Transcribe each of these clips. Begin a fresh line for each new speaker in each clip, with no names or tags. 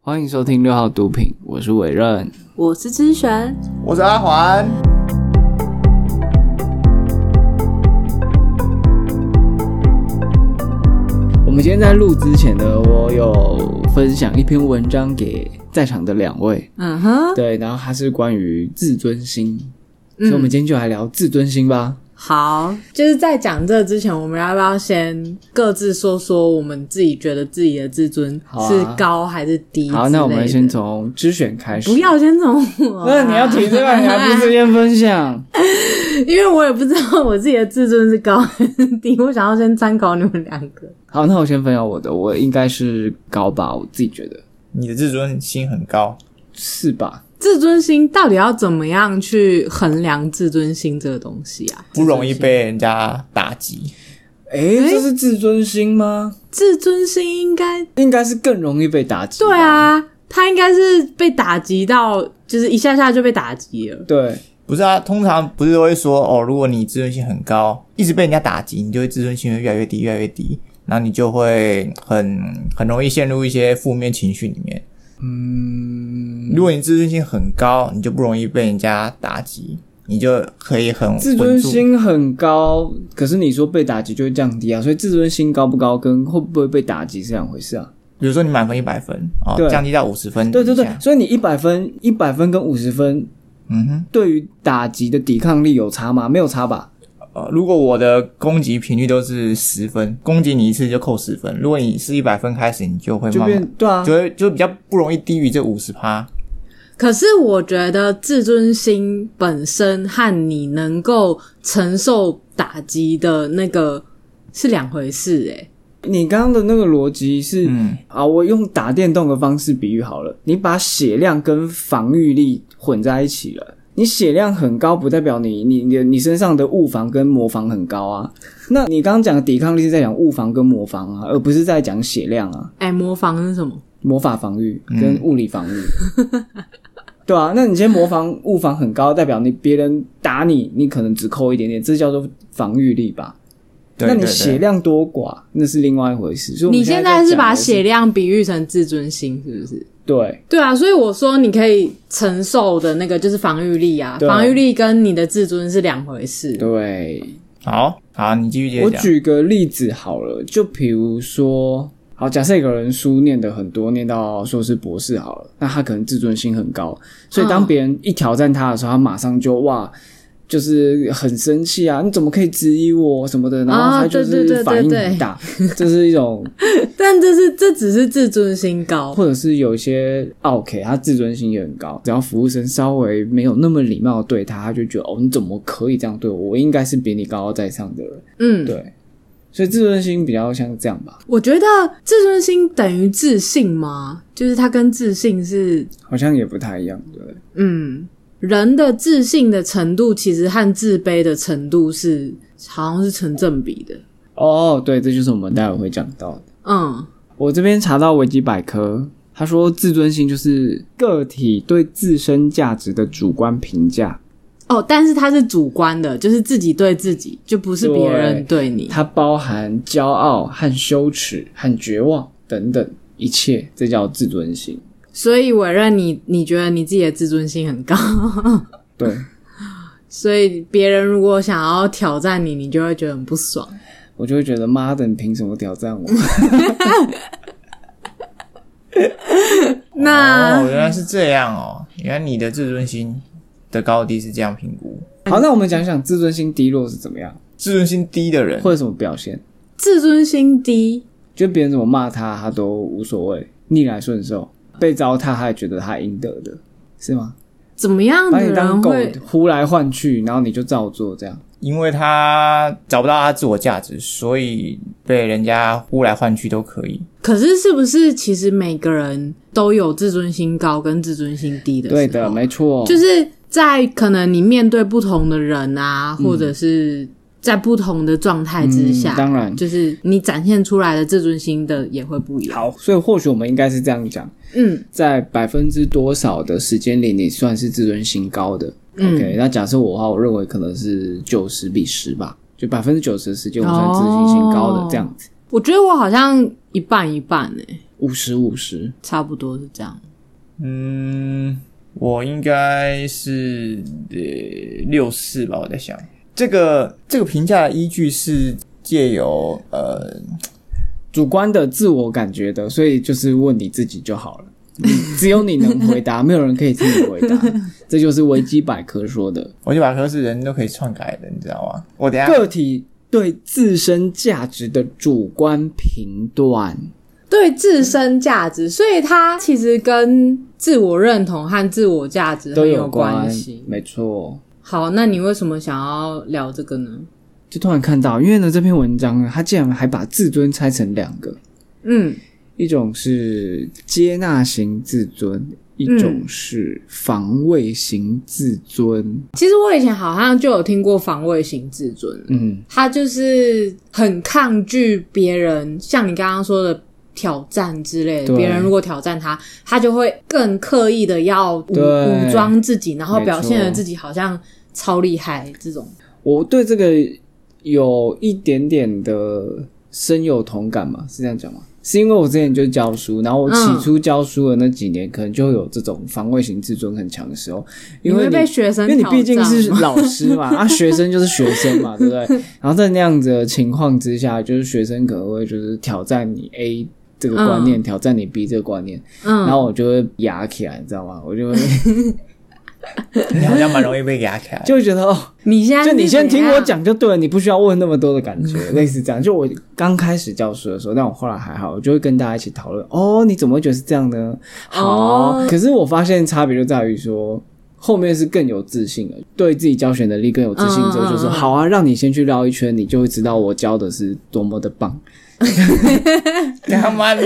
欢迎收听六号毒品，我是伟任。
我是之璇，
我是阿环。
我们今天在录之前呢，我有分享一篇文章给在场的两位，
嗯
哦
哼，
对，然后它是关于自尊心，
嗯
所以我们今天就来聊自尊心吧。
好，
就是在讲这之前，我们要不要先各自说说我们自己觉得自己的自尊
好啊
是高还是低、
好，那我们先。从知选开始。
不，要先从我、
那你要提这个，你还不是先分享？
因为我也不知道我自己的自尊是高还是低，我想要先参考你们两个。
好，那我先分享我的，我应该是高吧，我自己觉得
你的自尊心很高，
是吧？
自尊心到底要怎么样去衡量自尊心这个东西啊？
不容易被人家打击。
诶，这是自尊心吗？
自尊心应该
应该是更容易被打击。
对，啊，他应该是被打击到，就是一下下就被打击了。
对，
不是啊，通常不是都会说哦，如果你自尊心很高，一直被人家打击，你就会自尊心会越来越低，越来越低，然后你就会很很容易陷入一些负面情绪里面。
嗯，
如果你自尊心很高，你就不容易被人家打击，你就可以很
自
稳
尊
住。
心很高，可是你说被打击就会降低啊，所以自尊心高不高跟会不会被打击是两回事啊。
比如说你满分一百分哦
对，
降低到五十分，
对对对，，所以你一百分，一百分跟五十分
嗯哼。
对于打击的抵抗力有差吗？没有差吧？
呃，如果我的攻击频率都是十分，攻击你一次就扣十分。如果你是一百分开始，你就会
就
慢
变
慢
对啊
就，会就比较不容易低于这五十趴。
可是我觉得自尊心本身和你能够承受打击的那个是两回事、欸，诶，
你刚刚的那个逻辑是、
嗯，
啊，我用打电动的方式比喻好了，你把血量跟防御力混在一起了。你血量很高，不代表你你你你身上的物防跟魔防很高啊。那你刚刚讲的抵抗力是在讲物防跟魔防啊，而不是在讲血量啊。
哎、模仿是什么？
魔法防御跟物理防御，对啊。那你先魔防物防很高，代表你别人打你，你可能只扣一点点，这叫做防御力吧？
对
那
对
你血
对，
量多寡那是另外一回事。所以我们
你
现
现
在
在是
讲
把
的
血量比喻成自尊心，是不是？
对
对啊，所以我说你可以承受的那个就是防御力啊，
对
防御力跟你的自尊是两回事。
对
好好，你继续接
我
着讲。
举个例子好了，就比如说，好，假设一个人书念的很多，念到硕士博士好了，那他可能自尊心很高，所以当
嗯
别人一挑战他的时候，他马上就哇。就是很生气啊！你怎么可以质疑我什么的？然后
啊
他就
对对对
是
对
反应很
对
大，这是一种，
但这是这只是自尊心高，
或者是有一些 OK，他自尊心也很高，只要服务生稍微没有那么礼貌地对他，他就觉得哦，你怎么可以这样对我？我应该是比你高高在上的人。
嗯，
对，所以自尊心比较像这样吧，
我觉得自尊心等于自信吗？就是它跟自信是
好像也不太一样，对不对？
嗯，人的自信的程度其实和自卑的程度是好像是成正比的。
哦，对，这就是我们待会会讲到的。
嗯，
我这边查到维基百科，他说自尊心就是个体对自身价值的主观评价，
哦，但是它是主观的，就是自己对自己，就不是别人对你。
它包含骄傲和羞耻和绝望等等一切，这叫自尊心。
所以我认你，你觉得你自己的自尊心很高，
对，
所以别人如果想要挑战你，你就会觉得很不爽。
我就会觉得妈的，你凭什么挑战我？
那、
哦，原来是这样哦，原来你的自尊心的高低是这样评估。
好，那我们讲讲自尊心低落是怎么样，
自尊心低的人
会有什么表现？
自尊心低，
就别人怎么骂他，他都无所谓，逆来顺受，被糟蹋他也觉得他应得的，是吗？
怎么样
把
的
你当
人
狗
会？
呼来唤去，然后你就照做这样。
因为他找不到他自我价值，所以被人家呼来唤去都可以。
可是是不是其实每个人都有自尊心高跟自尊心低的时候？
对的，没错，
就是在可能你面对不同的人啊，或者是在不同的状态之下，
嗯当然
就是你展现出来的自尊心的也会不一样。
好。所以或许我们应该是这样讲，
嗯，
在百分之多少的时间里，你算是自尊心高的、
嗯
o k 那假设我的话，我认为可能是九十比十吧，就百分之九十的时间我算自尊心高的、
哦
这样子。
我觉得我好像一半一半诶、欸
五十五十，
差不多是这样。
嗯，我应该是呃六四吧，我在想这个这个评价的依据是借由呃
主观的自我感觉的，所以就是问你自己就好了。你只有你能回 答，没有人可以替你回答，这就是维基百科说的。
我就把科是人都可以篡改的，你知道吗？我等一下
个体对自身价值的主观评断。
对自身价值，所以它其实跟自我认同和自我价值
都
很有
关
关系。
没错。
好，那你为什么想要聊这个呢？
就突然看到，因为呢这篇文章呢，它竟然还把自尊拆成两个，
嗯，
一种是接纳型自尊，一
嗯
种是防卫型自尊。
其实我以前好像就有听过防卫型自尊，
嗯，
他就是很抗拒别人，像你刚刚说的挑战之类的。
对
别人如果挑战他，他就会更刻意的要武
对
武装自己，然后
没
表现
错
的自己好像超厉害这种。
我对这个有一点点的深有同感嘛，是这样讲吗？是因为我之前就教书，然后我
嗯
起初教书的那几年，可能就有这种防卫型自尊很强的时候，因为
会
你
被学生
因为你
挑
毕竟
战
是
吗
老师 嘛，啊，学生就是学生嘛，对不对？然后在那样子的情况之下，就是学生可能会就是挑战你 A 这个观念，挑战你 B 这个观念，
嗯，
然后我就会压起来，你知道吗？我就会，
你好像蛮容易被给他开
就会觉得哦，
你现在
就你
是
先
怎
听我
样，嗯
讲就对了，你不需要问那么多的感觉，类似这样。就我刚开始教书的时候，但我后来还好，我就会跟大家一起讨论。哦，你怎么会觉得是这样呢？好，
哦
可是我发现差别就在于说。后面是更有自信了，对自己教学能力更有自信之后，就说
嗯嗯嗯
好啊，让你先去绕一圈，你就会知道我教的是多么的棒，
干嘛呢？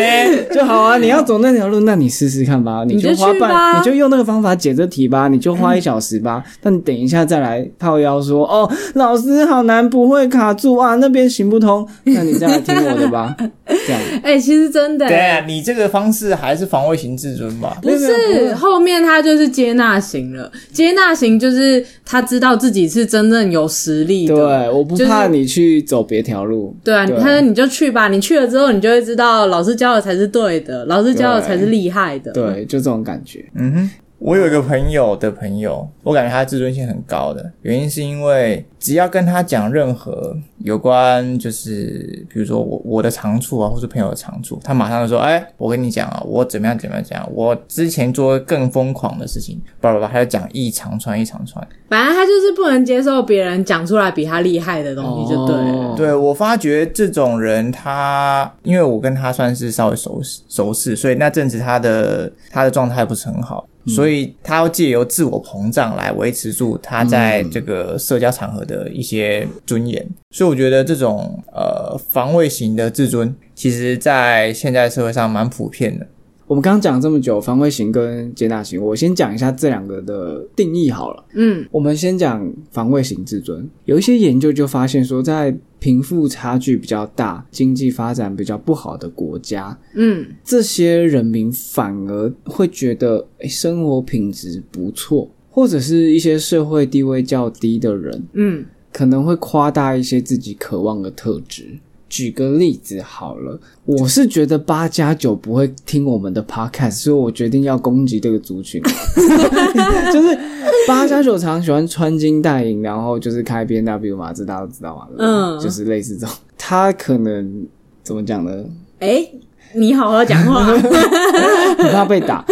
就好啊。你要走那条路，那你试试看 吧，你
你就
就花
去
半，
吧
你就用那个方法解这题吧，你就花一小时 吧。但你等一下再来靠腰说，哦，老师好难，不会卡住啊，那边行不 通，那你再来听我的吧，这样。
哎、其实真的、
对啊，你这个方式还是防卫型自尊吧？
不是，后面他就是接纳型了。接纳型就是他知道自己是真正有实力的，
对，我不
就是
怕你去走别条路，
对啊，
对
他说你就去吧，你去了之后，你就会知道老师教的才是对的，老师教的才是厉害的。，
对，就这种感觉。
嗯哼，我有一个朋友的朋友，我感觉他自尊心很高的原因是因为只要跟他讲任何有关就是比如说我我的长处啊，或是朋友的长处，他马上就说：“哎、我跟你讲啊，我怎么样怎么样怎么样，我之前做更疯狂的事情，叭叭叭，他就讲一长串一长串。
反正他就是不能接受别人讲出来比他厉害的东西，就对了。
哦
对我发觉这种人他，因为我跟他算是稍微熟识熟识，所以那阵子他的他的状态不是很好，所以他要借由自我膨胀来维持住他在这个社交场合的一些尊严。所以我觉得这种呃防卫型的自尊，其实在现在社会上蛮普遍的。
我们刚刚讲这么久，防卫型跟接纳型，我先讲一下这两个的定义好了。
嗯，
我们先讲防卫型自尊，有一些研究就发现说，在贫富差距比较大、经济发展比较不好的国家，
嗯，
这些人民反而会觉得，诶生活品质不错，或者是一些社会地位较低的人，
嗯，
可能会夸大一些自己渴望的特质。举个例子好了，我是觉得八加九不会听我们的 podcast，所以我决定要攻击这个族群。 就是八加九常喜欢穿金戴银，然后就是开 B N W 嘛，这大家都知道嘛。对不对
嗯
就是类似这种，他可能怎么讲呢？
哎、你好好讲 话。
很怕被打，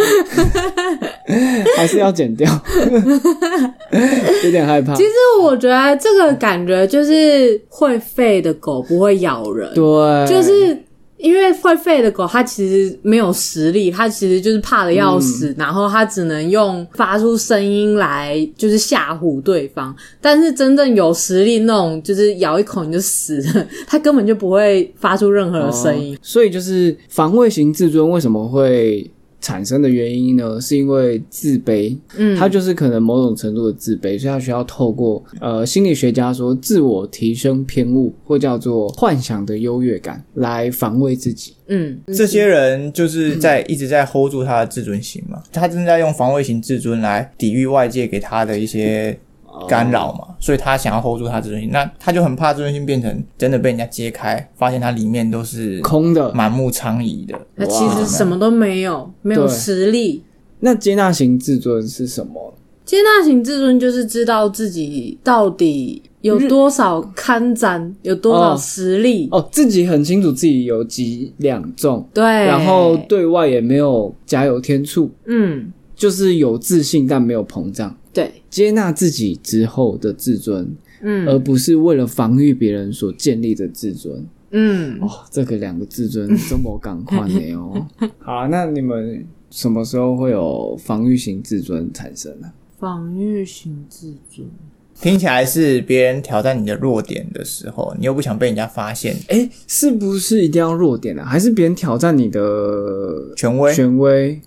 还是要剪掉， 有点害怕。
其实我觉得这个感觉就是会吠的狗不会咬人，
对，
就是因为会吠的狗，它其实没有实力，它其实就是怕的要死，
嗯
然后它只能用发出声音来就是吓唬对方。但是真正有实力那种，就是咬一口你就死了，它根本就不会发出任何的声音。
哦所以就是防卫型自尊为什么会产生的原因呢？是因为自卑，
嗯，
他就是可能某种程度的自卑，所以他需要透过呃心理学家说自我提升偏误，或叫做幻想的优越感来防卫自己。
嗯，
这些人就是在一直在 hold 住他的自尊心嘛，他正在用防卫型自尊来抵御外界给他的一些
哦
干扰嘛，所以他想要 hold 住他自尊心，那他就很怕自尊心变成真的被人家揭开，发现它里面都是
空的。
满目疮痍的。
那其实什么都没有，没有实力。
那接纳型自尊是什么？
接纳型自尊就是知道自己到底有多少堪展，有多少实力。
哦，自己很清楚自己有几两重，
对，
然后对外也没有加油添醋，
嗯，
就是有自信但没有膨胀。
对，
接纳自己之后的自尊，而
嗯
不是为了防御别人所建立的自尊。
嗯，
哦，这个两个自尊这么赶快没哦。 好啊，那你们什么时候会有防御型自尊产生呢、
防御型自尊。
听起来是别人挑战你的弱点的时候，你又不想被人家发现
哎，是不是一定要弱点啊？还是别人挑战你的
权威。
权威？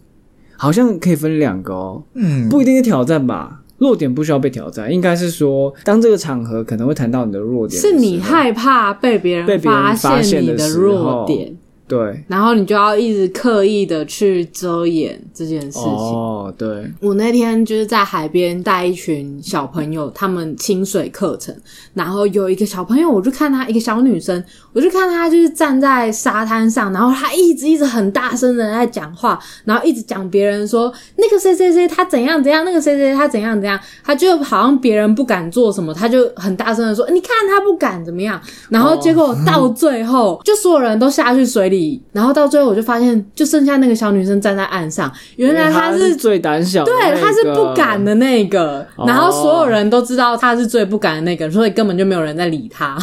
好像可以分两个哦，
嗯，
不一定是挑战吧。弱点不需要被挑战，应该是说，当这个场合可能会谈到你的弱点的时
是
候，
你害怕被别
被
人
别人发现
现你
的时候
弱点，
对
然后你就要一直刻意的去遮掩这件事情。
哦，对，
我那天就是在海边带一群小朋友，他们清水课程，然后有一个小朋友，我就看她一个小女生，我就看她就是站在沙滩上，然后她一直一直很大声的在讲话，然后一直讲别人说那个谁谁谁他怎样怎样，那个谁谁谁他怎样怎样，她就好像别人不敢做什么，她就很大声的说你看他不敢怎么样，然后结果到最后、就所有人都下去水里，然后到最后我就发现就剩下那个小女生站在岸上，原来她
因为
是
最胆小的那个，
对，他是不敢的那个，
哦
然后所有人都知道他是最不敢的那个，所以根本就没有人在理他。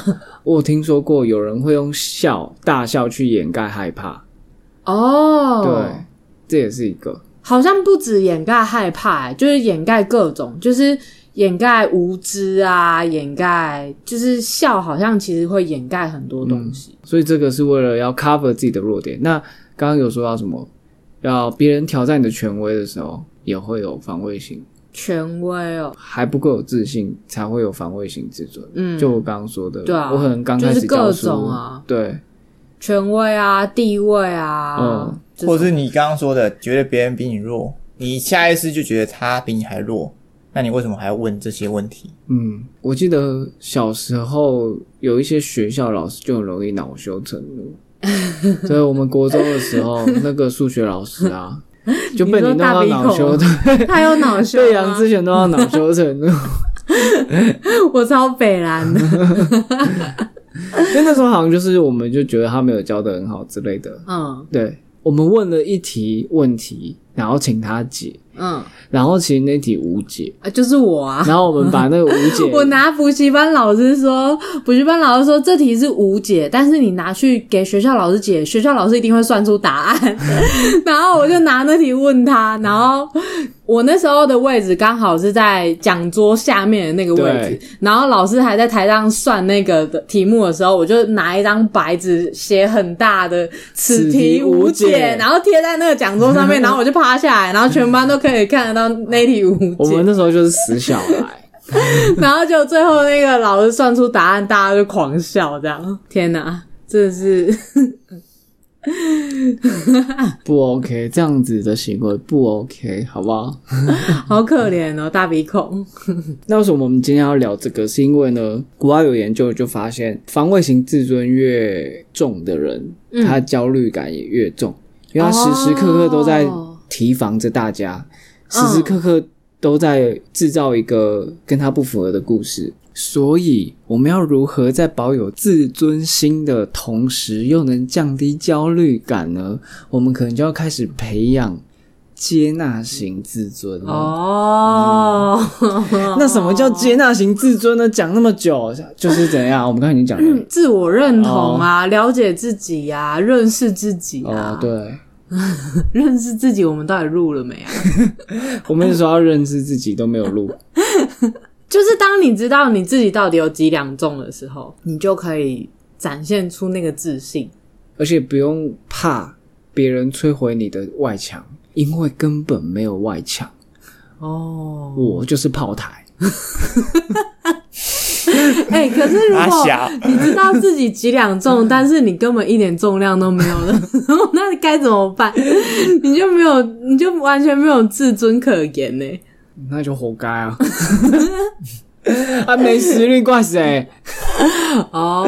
我听说过有人会用笑大笑去掩盖害怕，
哦，
对，这也是一个
好像不止掩盖害怕、欸就是掩盖各种，就是掩盖无知啊，掩盖就是笑，好像其实会掩盖很多东西。
所以这个是为了要 cover 自己的弱点。那刚刚有说到什么？要别人挑战你的权威的时候，也会有防卫心，
权威哦，
还不够有自信，才会有防卫心自尊。
嗯，
就我刚刚说的，
对啊
我可能刚开
就
始
是各
教书
种啊
对，
权威啊，地位啊，
嗯
这种
或者是你刚刚说的，觉得别人比你弱，你下意识就觉得他比你还弱，那你为什么还要问这些问题？
嗯，我记得小时候有一些学校老师就很容易恼羞成 怒，所以我们国中的时候，那个数学老师 啊，就被
你说
弄
大
到
鼻
恼羞
孔
的，
他有脑羞
对杨
吗？
之前都要恼羞成怒。
我超北蓝的，
因为那时候好像就是我们就觉得他没有教的很好之类的，
嗯
对我们问了一题问题，然后请他解，
嗯，
然后其实那题无 解，
啊，就是我啊。
然后我们把那个无解，
我拿补习班老师说，补习班老师说这题是无解，但是你拿去给学校老师解，学校老师一定会算出答案。然后我就拿那题问他，然后我那时候的位置刚好是在讲桌下面的那个位
对
置，然后老师还在台上算那个的题目的时候，我就拿一张白纸写很大的“此题无
此题无解
解”，然后贴在那个讲桌上面，然后我就趴下来，然后全班都可以看得到那题无解。
我们那时候就是死小孩，
然后就最后那个老师算出答案，大家就狂笑，这样。天哪，真 的是
不 OK，这样子的行为不 OK，好不好？
好可怜哦，大鼻孔。
那为什么我们今天要聊这个？是因为呢，国外有研究就发现，防卫型自尊越重的人，
嗯
他焦虑感也越重，因为他时时刻刻都在提防着大家，时时刻刻都在制造一个跟他不符合的故事。所以，我们要如何在保有自尊心的同时，又能降低焦虑感呢？我们可能就要开始培养接纳型自尊了。
哦，
那什么叫接纳型自尊呢？讲那么久，就是怎样？我们刚才已经讲了。
自我认同啊，了解自己啊，认识自己
哦，，
啊
对，
认识自己，我们到底录了没啊？
我们那时候要认识自己都没有录，
嗯就是当你知道你自己到底有几两重的时候，你就可以展现出那个自信。
而且不用怕别人摧毁你的外墙，因为根本没有外墙，
哦，
我就是炮台。
哎、可是如
阿
果
霞，
你知道自己几两
嗯
重，但是你根本一点重量都没有了，那该怎么办？你就没有，你就完全没有自尊可言呢、
那就活该啊！ 啊，没实力怪谁？
哦，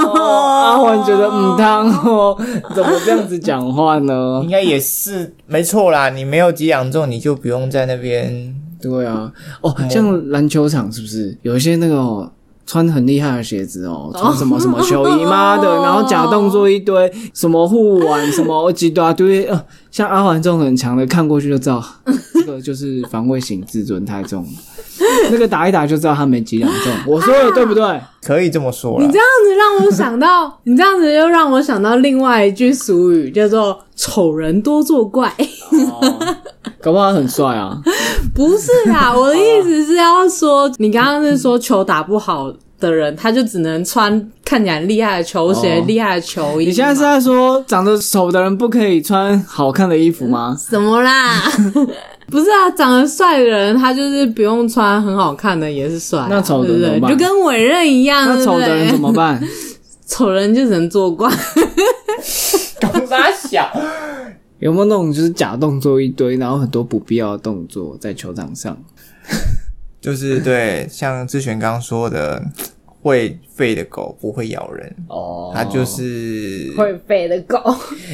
阿环觉得嗯，汤哦，怎么这样子讲话呢
应？该也是没错啦。你没有给养中，你就不用在那 边。
对啊，哦，像篮球场是不是有一些那个哦穿很厉害的鞋子哦，穿什么什么球衣妈 的，然后假动作一堆，什么护腕， 什么几大堆，呃，像阿环这种很强的，看过去就知道， 这个就是防卫型自尊太重了。 那个打一打就知道他没几两 重，我说的对不对？
可以这么说
你
啦
这。样子让我想到，你这样子又让我想到另外一句俗语，叫做“丑人多作怪”。
搞不好他很帅啊，
不是啦，我的意思是要说，你刚刚是说球打不好的人，他就只能穿看起来厉害的球鞋、
哦
厉害的球衣嘛。
你现在是在说长得丑的人不可以穿好看的衣服吗？
什 么啦？不是啊，长得帅的人，他就是不用穿很好看的也是帅啊、
那丑的
对不
怎么
对？
办
就跟委任一样，
那丑的人怎
对不对
么办？
丑人就只能做怪。
公傻小，
有没有那种就是假动作一堆，然后很多不必要的动作在球场上？
就是对，像志璇刚刚说的，会吠的狗不会咬人，
哦
它就是
吠的 狗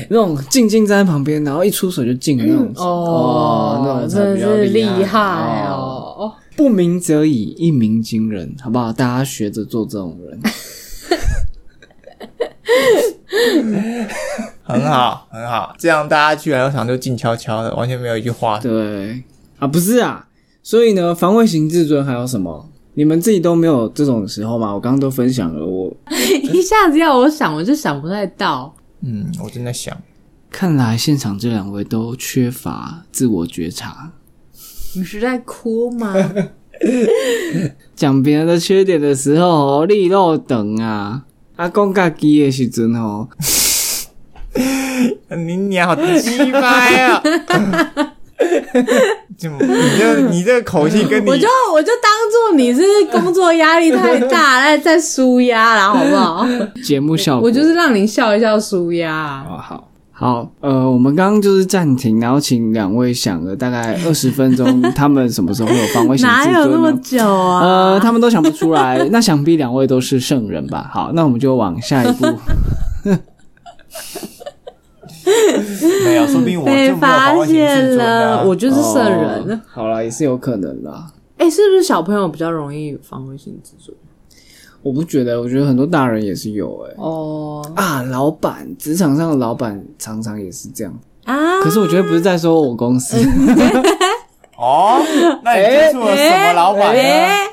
那种静静站在旁边，然后一出手就进的那种。
哦，
那种才
嗯真的
比较
是
厉
厉
害
害哦。
不鸣则已，一鸣惊人，好不好？大家学着做这种人。
很好很好，这样大家去篮球场就静悄悄的，完全没有一句话。
对啊，不是啊，所以呢，防卫型自尊还有什么？你们自己都没有这种时候吗？我刚刚都分享了，我
一下子要我想，我就想不太到。
嗯，我正在想，
看来现场这两位都缺乏自我觉察。
你是在哭 吗？
讲别人的缺点的时候哦，利肉等啊，啊，讲家己的时阵哦，
你你好鸡掰 啊！ 就你这你这口气跟你
我就我就当做你是工作压力太 大，在在舒压啦，好不好？
节目效果，
我就是让你笑一笑舒压。
哦，好。好，呃，我们刚刚就是暂停，然后请两位想了大概二十分 钟，他们什么时候会有防卫型
哪
自
有那
尊哦
么
呢？
久啊？
呃，他们都想不出 来，那想必两位都是圣人吧？好，那我们就往下一步。
没有，说不定我就没
被
有防
发
卫心自
现
尊啊
了，我 就是圣人。
哦好啦，也是有可能啦。
哎、是不是小朋友比较容易有防卫性自尊？
我不觉得，我觉得很多大人也是有哎、
哦
啊，老板，职场上的老板常常也是这样。
啊，
可是我觉得不是在说我公司，
哦，那你接触了什么老
啊
板啊呢？
哎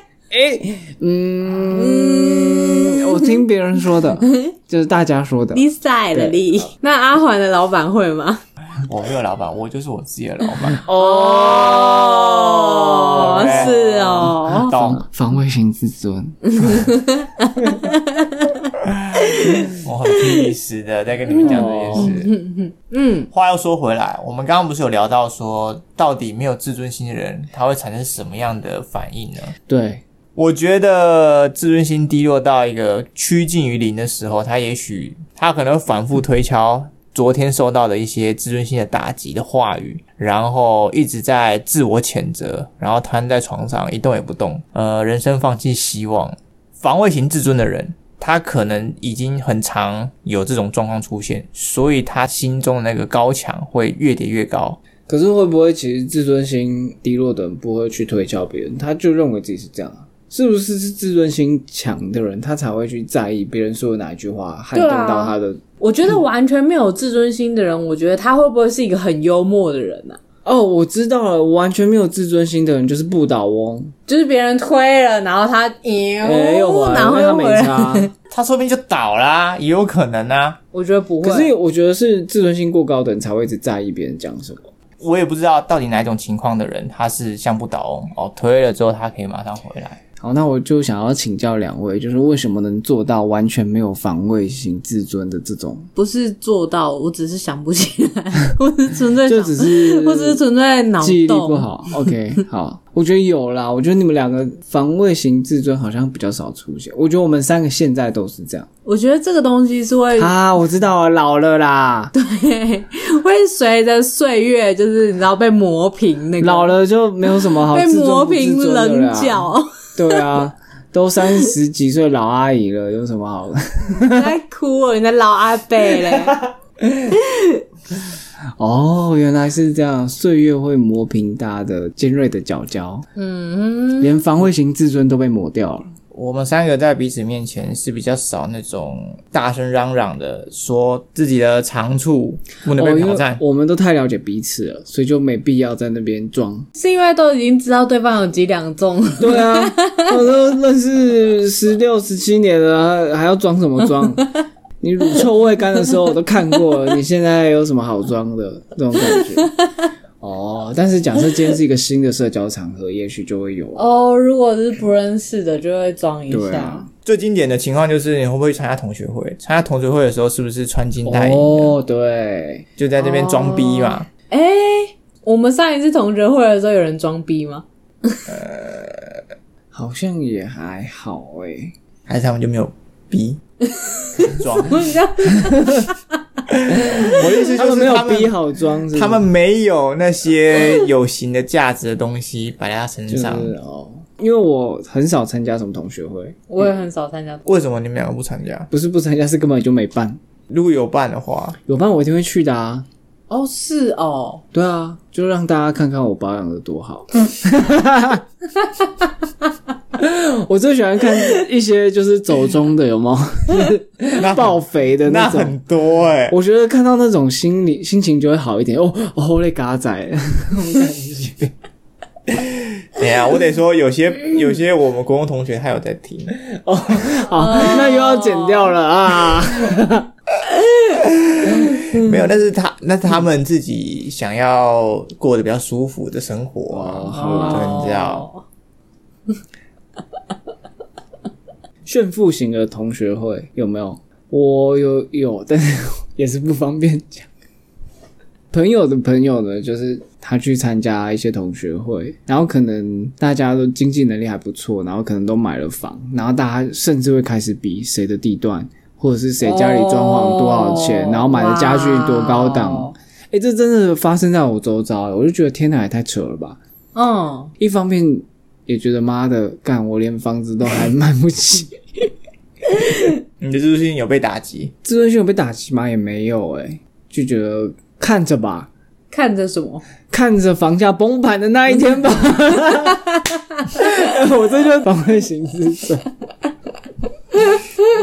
嗯，我听别人说 的，就是大家说的。
你晒了 你。那阿环的老板会吗？
我没有老板，我就是我自己的老板。
哦
对
是哦，
懂，
防卫型自尊，
我很屁历史的在跟你们讲这件事。
嗯，
话又说回来，我们刚刚不是有聊到说，到底没有自尊心的人，他会产生什么样的反应呢？
对，
我觉得自尊心低落到一个趋近于零的时候，他也许他可能会反复推敲昨天受到的一些自尊心的打击的话语，然后一直在自我谴责，然后瘫在床上一动也不动，呃，人生放弃希望。防卫型自尊的人，他可能已经很常有这种状况出现，所以他心中的那个高墙会越叠越高。
可是会不会其实自尊心低落的人不会去推敲别人，他就认为自己是这样啊？是不是是自尊心强的人，他才会去在意别人说的哪一句话撼动到他的？
我觉得完全没有自尊心的人，我觉得他会不会是一个很幽默的人呢、啊
哦，我知道了，完全没有自尊心的人就是不倒翁，
就是别人推了，然后他，
哎、又回来了，
哦然
因
后
为他
又
没
回来。
差。
他说不定就倒啦、也有可能啊。
我觉得不会，
可是我觉得是自尊心过高的人才会一直在意别人讲什么。
我也不知道到底哪一种情况的人，他是像不倒翁哦，推了之后他可以马上回来。
好，那我就想要请教两位，就是为什么能做到完全没有防卫型自尊的这种？
不是做到，我只是想不起来，我只是纯粹
就
想，
只是
我只是纯粹脑
记忆力
洞
不。好。OK，好， 我觉得有啦，我觉得你们两个防卫型自尊好像比较少出现。我觉得我们三个现在都是这样
我觉得这个东西是会
啊，我知道了，老了啦，
会随着岁月，就是你知道被磨平那个，
老了就没有什么好
被
自尊
磨
不自
平
尊的
棱
啦。
角。
对啊，都三十几岁老阿姨了，有什么好？
你在哭哦，你在老阿伯嘞。
哦，原来是这样，岁月会磨平大家的尖锐的角角，
嗯，
连防卫型自尊都被磨掉了。
我们三个在彼此面前是比较少那种大声嚷嚷的，说自己的长处不能
哦
被
因为
挑战。
我们都太了解彼此了，所以就没必要在那边装。
是因为都已经知道对方有几两重，
对啊，我都认识十六、十七年了，还要装什么装？你乳臭未干的时候我都看过了，你现在有什么好装的？这种感觉。哦，但是假设今天是一个新的社交场合，也许就会有。
哦，如果是不认识的，就会装一
对
下。
啊，
最经典的情况就是你会不会去参加同学会？参加同学会的时候是不是穿金戴银的，
哦，对，
就在这边装逼嘛？
哎、我们上一次同学会的时候，有人装逼吗？
好像也还好欸诶、
还是他们就没有 逼装？
我比较
我的意思
他
就
们
是
没有
他
逼
们
好装，是不是
他们没有那些有形的价值的东西摆在他身
就是
上。
哦，因为我很少参加什么同学会，
我也很少参加。
为什么你们两个不参加？
不是不参加，是根本就没办。
如果有办的话，
有办我一定会去的啊。
哦，是哦，
对啊，就让大家看看我保养的多好。 我最喜欢看一些就是走中的，有吗？
那
爆肥的
那
种。
很多哎、
我觉得看到那种心理心情就会好一点哦，哦嘞嘎仔，
哎呀，我得说，有些有些我们国中同学他有在听，
好，那又要剪掉了啊！嗯
没有，但是他那他们自己想要过得比较舒服的生活
哦
啊，
好啦
对你知道，
炫富型的同学会有没有？我有有，但是 也是不方便讲。朋友的朋友呢，就是他去参加一些同学会，然后可能大家都经济能力还不错，然后可能都买了房，然后大家甚至会开始比谁的地段，或者是谁家里装潢多少钱，
哦
然后买的家具多高档
哇。哦
哎、这真的发生在我周遭，欸我就觉得天哪，也太扯了吧！
嗯，
一方面也觉得妈的，干我连房子都还 买不起，
你的自尊心有被打击，
自尊心有被打击吗？也没有哎、就觉得看着吧，
看着什么？
看着房价崩盘的那一天吧。我这就是防卫型自尊。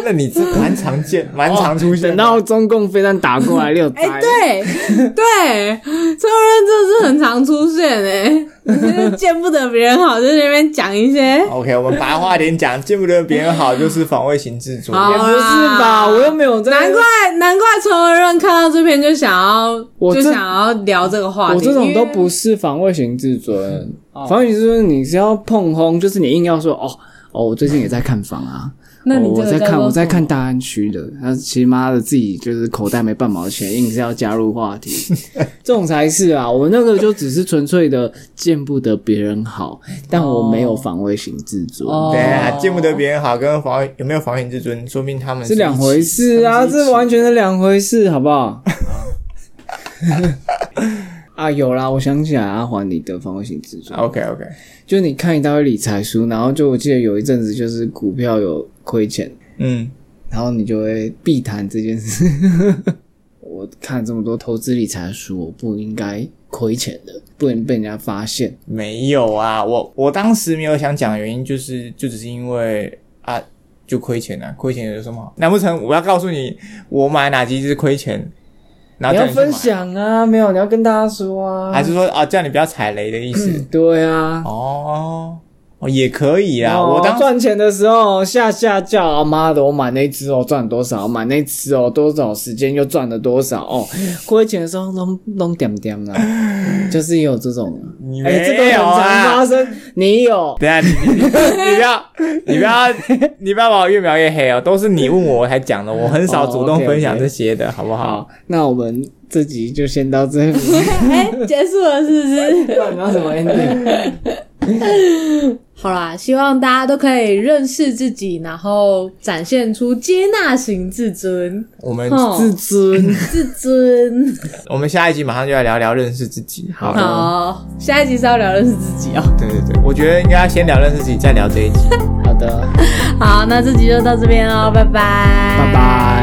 那你这蛮常见，蛮常出现
哦等
的。
到中共飞弹打过来，你有灾、
哎、对对，这种人真的是很常出现哎、就是见不得别人好，就在那边讲一些。
哦
OK，我们白话点讲，见不得别人好就是防卫型自尊。
好
也不是吧？
好啦啊
我又没有在。
难怪难怪陈文润看到这篇就想要，
我
就
这
想要聊这个话题。
我这种
因
都
为
不哦是防卫型自尊，防卫型自尊你是要碰轰，就是你硬要说哦哦，我最近也在看房啊，
那你
哦
这
我
个
在
叫
看
做
我在
什么
看大安区的，他其实妈的自己就是口袋没半毛钱，硬是要加入话题， 这种才是啊！我那个就只是纯粹的见不得别人好，但我没有防卫型自尊，
哦
对啊，见不得别人好跟防有没有防卫型自尊，说明他们
是两
一起
回事啊，
他们是一起
这完全是两回事，好不好？ 啊，有啦，我想起来阿环你的防卫型自尊，
OK OK，
就是你看一大堆理财书，然后就我记得有一阵子就是股票有亏钱，
嗯，
然后你就会避谈这件事。 我看这么多投资理财的书，我不应该亏钱的，不能被人家发现。
没有啊，我我当时没有想讲的原因就是，就只是因为啊，就亏钱啊，亏钱有什么好？难不成我要告诉你我买哪几只亏钱，然
你
后
要
叫去买
分，享啊，没有，你要跟大家说啊。
还是说啊叫你不要踩雷的意思？
对啊，
哦哦，也可以啊，
哦
我当时
赚钱的时候下下叫，啊妈的，我买那只哦，赚多少？买那只哦，多少时间又赚了多少？哦，亏钱的时候弄弄点点啦，就是也有这种啊。
你
哎、这个很
没有
常
啊
发。生，你有？
等一下，你你你不要，你不要，你不要把我越描越黑哦！都是你问我我才讲 的，我很少主
哦
动
，OK，OK
分享这些的，好不好？
好，那我们这集就先到这里。
哎、结束了是不是？
到底要什么 ending？
好啦，希望大家都可以认识自己，然后展现出接纳型自尊、
我们
哦
自尊。
自尊。
我们下一集马上就来聊聊认识自己。好
的
好，下一集是要聊认识自己哦。
对对对，我觉得应该先聊认识自己，再聊这一集。
好的，
哦好，那这集就到这边喽，拜拜，
拜拜。